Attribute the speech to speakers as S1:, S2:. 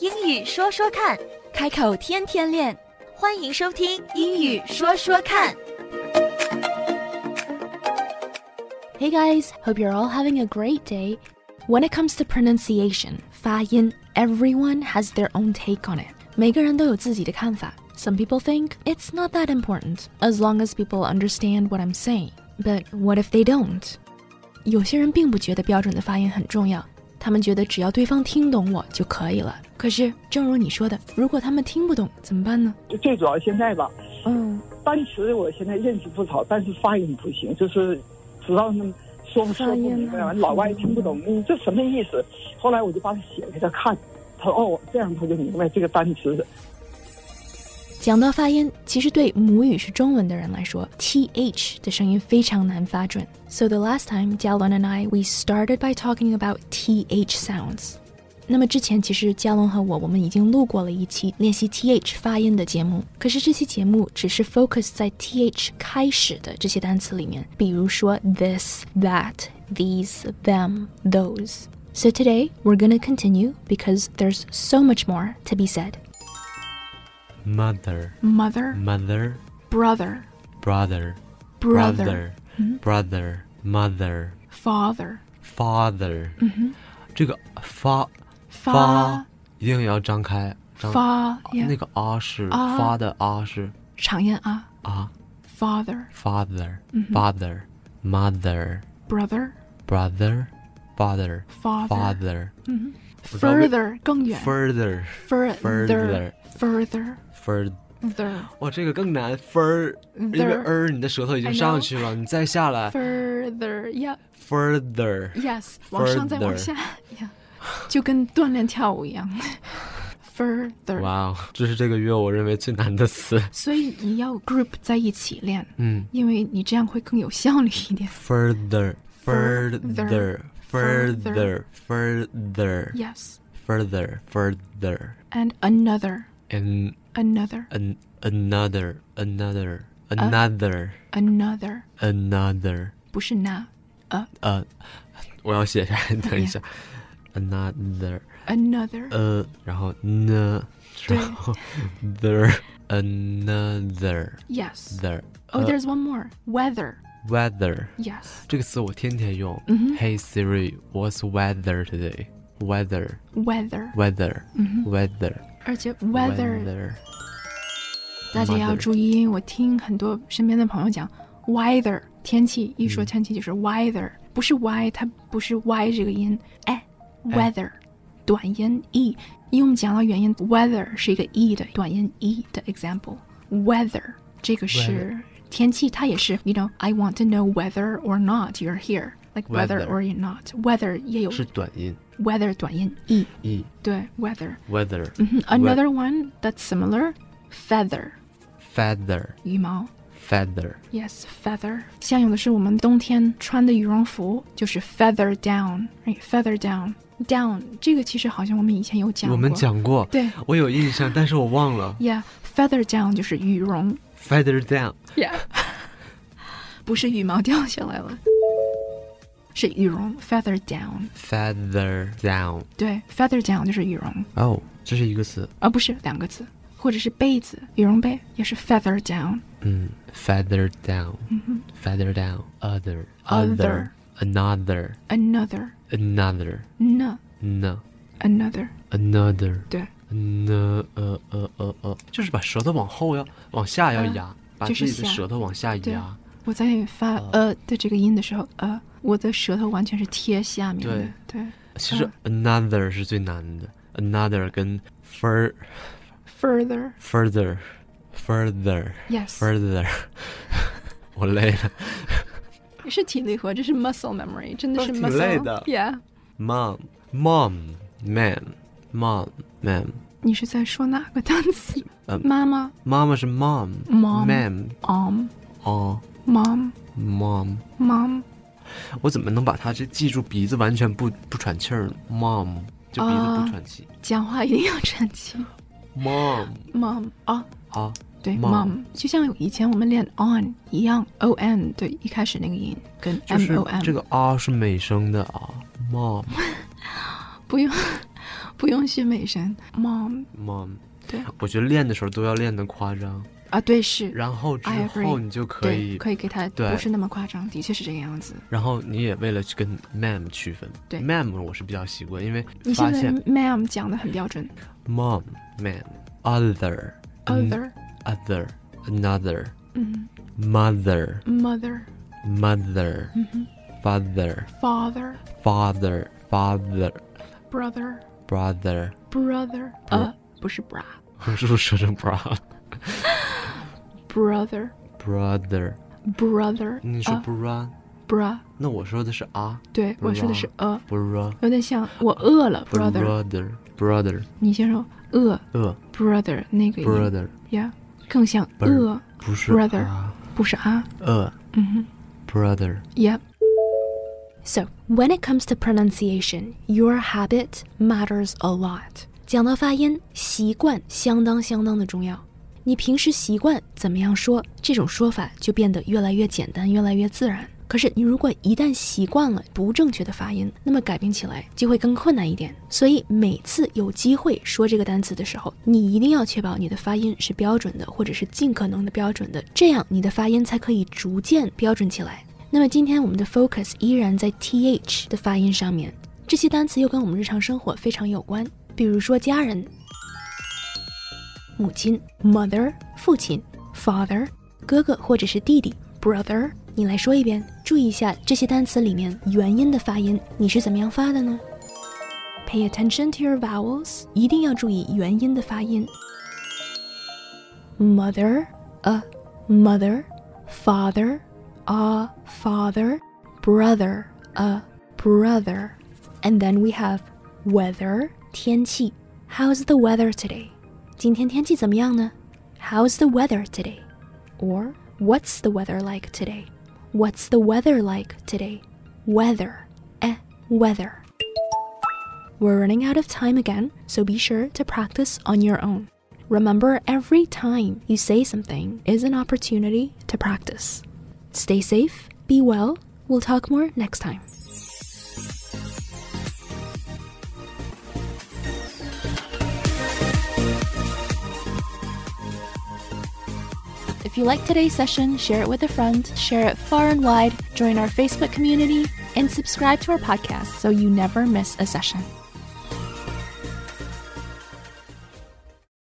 S1: 英语说说看，
S2: 开口天天练。
S1: 欢迎收听《英语说说看》。
S2: Hey guys, hope you're all having a great day. When it comes to pronunciation, 发音，everyone has their own take on it. 每个人都有自己的看法。Some people think it's not that important as long as people understand what I'm saying. But what if they don't? 有些人并不觉得标准的发音很重要，他们觉得只要对方听懂我就可以了。可是，正如你说的，如果他们听不懂怎么办呢？
S3: 最主要现在吧，
S2: 嗯，
S3: 单词我现在认识不少，但是发音不行，就是知道他们说说不明白，完老外听不懂，你这什么意思？后来我就把它写给他看，他说哦，这样他就明白这个单词。
S2: 讲到发音，其实对母语是中文的人来说，th 的声音非常难发准。So the last time Jialon and I we started by talking about th sounds。那么之前其实嘉龙和我我们已经录过了一期练习 th 发音的节目，可是这期节目只是 focus 在 th 开始的这些单词里面，比如说 this、that、these、them、those。So today we're gonna continue because there's so much more to be said.
S4: mother,
S2: Mother,
S4: mother,
S2: brother,
S4: brother, brother,
S2: 嗯
S4: brother, mother,
S2: father.
S4: father。这个发
S2: 嗯发
S4: 发一定要张开，张
S2: 发呀
S4: 那个啊是
S2: 啊
S4: 发的啊是
S2: 长音啊
S4: 啊
S2: ，father,
S4: father,
S2: 嗯
S4: father, mother,
S2: brother,
S4: brother, father,
S2: Father
S4: father, 不知道为
S2: further 更远
S4: further,
S2: ，further, further,
S4: further。
S2: further,
S4: 哇，这个更难，fur，因为
S2: There
S4: er 你的舌头已经
S2: 嗯 I know
S4: 上去了，你再下来
S2: further, yeah,
S4: further。
S2: yes，往上再往下，yeah，就跟锻炼跳舞一样，further。
S4: 哇哦，这是这个月我认为最难的词。
S2: 所以你要 group 在一起练，
S4: 嗯
S2: 因为你这样会更有效率一点。
S4: ，further
S2: Further
S4: further further further
S2: Yes,
S4: further further
S2: and another,
S4: and
S2: another,
S4: an another another another
S2: another，
S4: another
S2: 不是 na，呃
S4: 呃，我要写下来，等一下，another
S2: ，another，
S4: 呃，然后呢，
S2: 对
S4: 然后 there another
S2: yes。
S4: there
S2: Oh,
S4: 呃
S2: there's one more. Weather.
S4: weather。
S2: Yes.
S4: 这个词我天天用。
S2: 嗯哼
S4: Hey Siri, what's weather today? Weather,
S2: Weather.
S4: weather,
S2: 嗯哼
S4: weather,
S2: 而且 weather，
S4: weather
S2: 大家要
S4: mother
S2: 注意，因为我听很多身边的朋友讲 weather，天气一说天气就是 weather，不是 y，它不是 y 这个音，哎，weather，短音 e，因为我们讲到元音 weather 是一个 e 的短音 e 的 example，weather 这个是天气，它也是，you know，I want to know whether or not you're here，like whether
S4: Weather
S2: or you're not，weather 也有
S4: 是短音
S2: weather 短音 e，
S4: e
S2: 对 weather。
S4: weather
S2: 嗯 Another one that's similar, feather
S4: feather
S2: 羽毛。
S4: feather
S2: Yes, feather。像有的是我们冬天穿的羽绒服，就是 feather down，right? feather down down。这个其实好像我们以前有讲过。
S4: 我们。讲过，
S2: 对
S4: 我有印象，但是我忘了
S2: Yeah, feather down 就是羽绒。
S4: feather down
S2: Yeah，不是羽毛掉下来了，是羽绒 feather down。
S4: feather down
S2: 对，feather down 就是羽绒，啊
S4: 哦，这是一个词，
S2: 而不是两个字，或者是被子，羽绒被也是 feather down。
S4: 嗯，feather down feather down other
S2: Other
S4: another
S2: Another
S4: another
S2: no
S4: no
S2: another
S4: another
S2: 对。
S4: 那呃呃呃呃，就是把舌头往后要往下要压，把
S2: 嗯就
S4: 自
S2: 是
S4: 己的
S2: 下
S4: 舌头往下
S2: 对
S4: 压。
S2: 我在发
S4: 啊
S2: 呃的这个音的时候，呃，我的舌头完全是贴下面的。对
S4: 其实
S2: 嗯
S4: another 是最难的，another 跟 fur
S2: ，further
S4: further further
S2: yes，
S4: further，我累了。
S2: 是体力活，这是 muscle memory，真的是
S4: 都
S2: muscle。
S4: 挺累的
S2: Yeah，
S4: mom mom man mom man，
S2: 你是在说哪个单词？
S4: 呃
S2: 妈妈
S4: 妈妈是 mom
S2: Mom
S4: man
S2: ，mom
S4: 哦
S2: mom
S4: mom，
S2: mom，
S4: 我怎么能把它这记住鼻子完全不不喘气儿呢？mom 就鼻子
S2: 啊
S4: 不喘气
S2: 讲话一定要喘气。
S4: ，mom
S2: mom 啊，
S4: 啊
S2: 对
S4: Mom
S2: mom，就像以前我们练 on 一样，o n 对，一开始那个音跟
S4: 就
S2: m
S4: 是
S2: o m
S4: 这个啊是美声的啊，mom
S2: 不用不
S1: 不用学美声，mom。
S4: mom。
S1: 对
S4: 我觉得练的时候都要练得夸张，
S1: 啊，对是，
S4: 然后之
S1: I agree
S4: 后你就可
S1: 对，
S4: 以，
S1: 可以给他
S4: 对
S1: 不是那么夸张，的确是这个样子。
S4: 然后你也为了去跟 ma'am 区分，
S1: 对
S4: ma'am 我是比较习惯，因为
S1: 你
S4: 发
S1: 现在
S4: 现
S1: ma'am 讲的很标准
S4: mom ma'am other an-
S1: ，other，
S4: other another
S1: 嗯
S4: mother
S1: ，mother，
S4: mother
S1: 嗯哼
S4: father
S1: ，father，brother，brother，
S4: father father brother，
S1: brother，呃，不是 bra。
S4: 我是不是说成 bra
S1: brother
S4: brother？
S1: brother，
S4: 你说
S1: 啊
S4: bra，
S1: bra，
S4: 那我说的是啊
S1: 对我说的是呃，
S4: bra
S1: 有点像我饿了 brother，
S4: brother brother
S1: 你先说饿
S4: 呃
S1: brother 那个音
S4: brother 呃
S1: 呀，更像
S4: Brother
S1: 饿，
S4: 不是
S1: Brother
S4: 啊
S1: 不是啊，
S4: 呃
S1: 嗯
S4: brother。
S1: 哼，yep。
S2: So when it comes to pronunciation, your habit matters a lot.
S1: 讲到发音，习惯相当相当的重要。你平时习惯怎么样说，这种说法就变得越来越简单，越来越自然。可是你如果一旦习惯了不正确的发音，那么改变起来就会更困难一点。所以每次有机会说这个单词的时候，你一定要确保你的发音是标准的，或者是尽可能的标准的，这样你的发音才可以逐渐标准起来。那么今天我们的 focus 依然在 th 的发音上面，这些单词又跟我们日常生活非常有关，比如说家人、母亲 （mother）、父亲 （father）、哥哥或者是弟弟 （brother）。你来说一遍，注意一下这些单词里面元音的发音，你是怎么样发的呢？Pay attention to your vowels，一定要注意元音的发音。Mother, a mother, father, a father, brother, a brother. And then we have weather, 天气. How's the weather today? 今天天气怎么样呢? How's the weather today? Or what's the weather like today? What's the weather like today? Weather. Eh, weather. We're running out of time again, so be sure to practice on your own. Remember, every time you say something is an opportunity to practice. Stay safe, be well. We'll talk more next time. If you like today's session, share it with a friend, share it far and wide, join our Facebook community, and subscribe to our podcast so you never miss a session.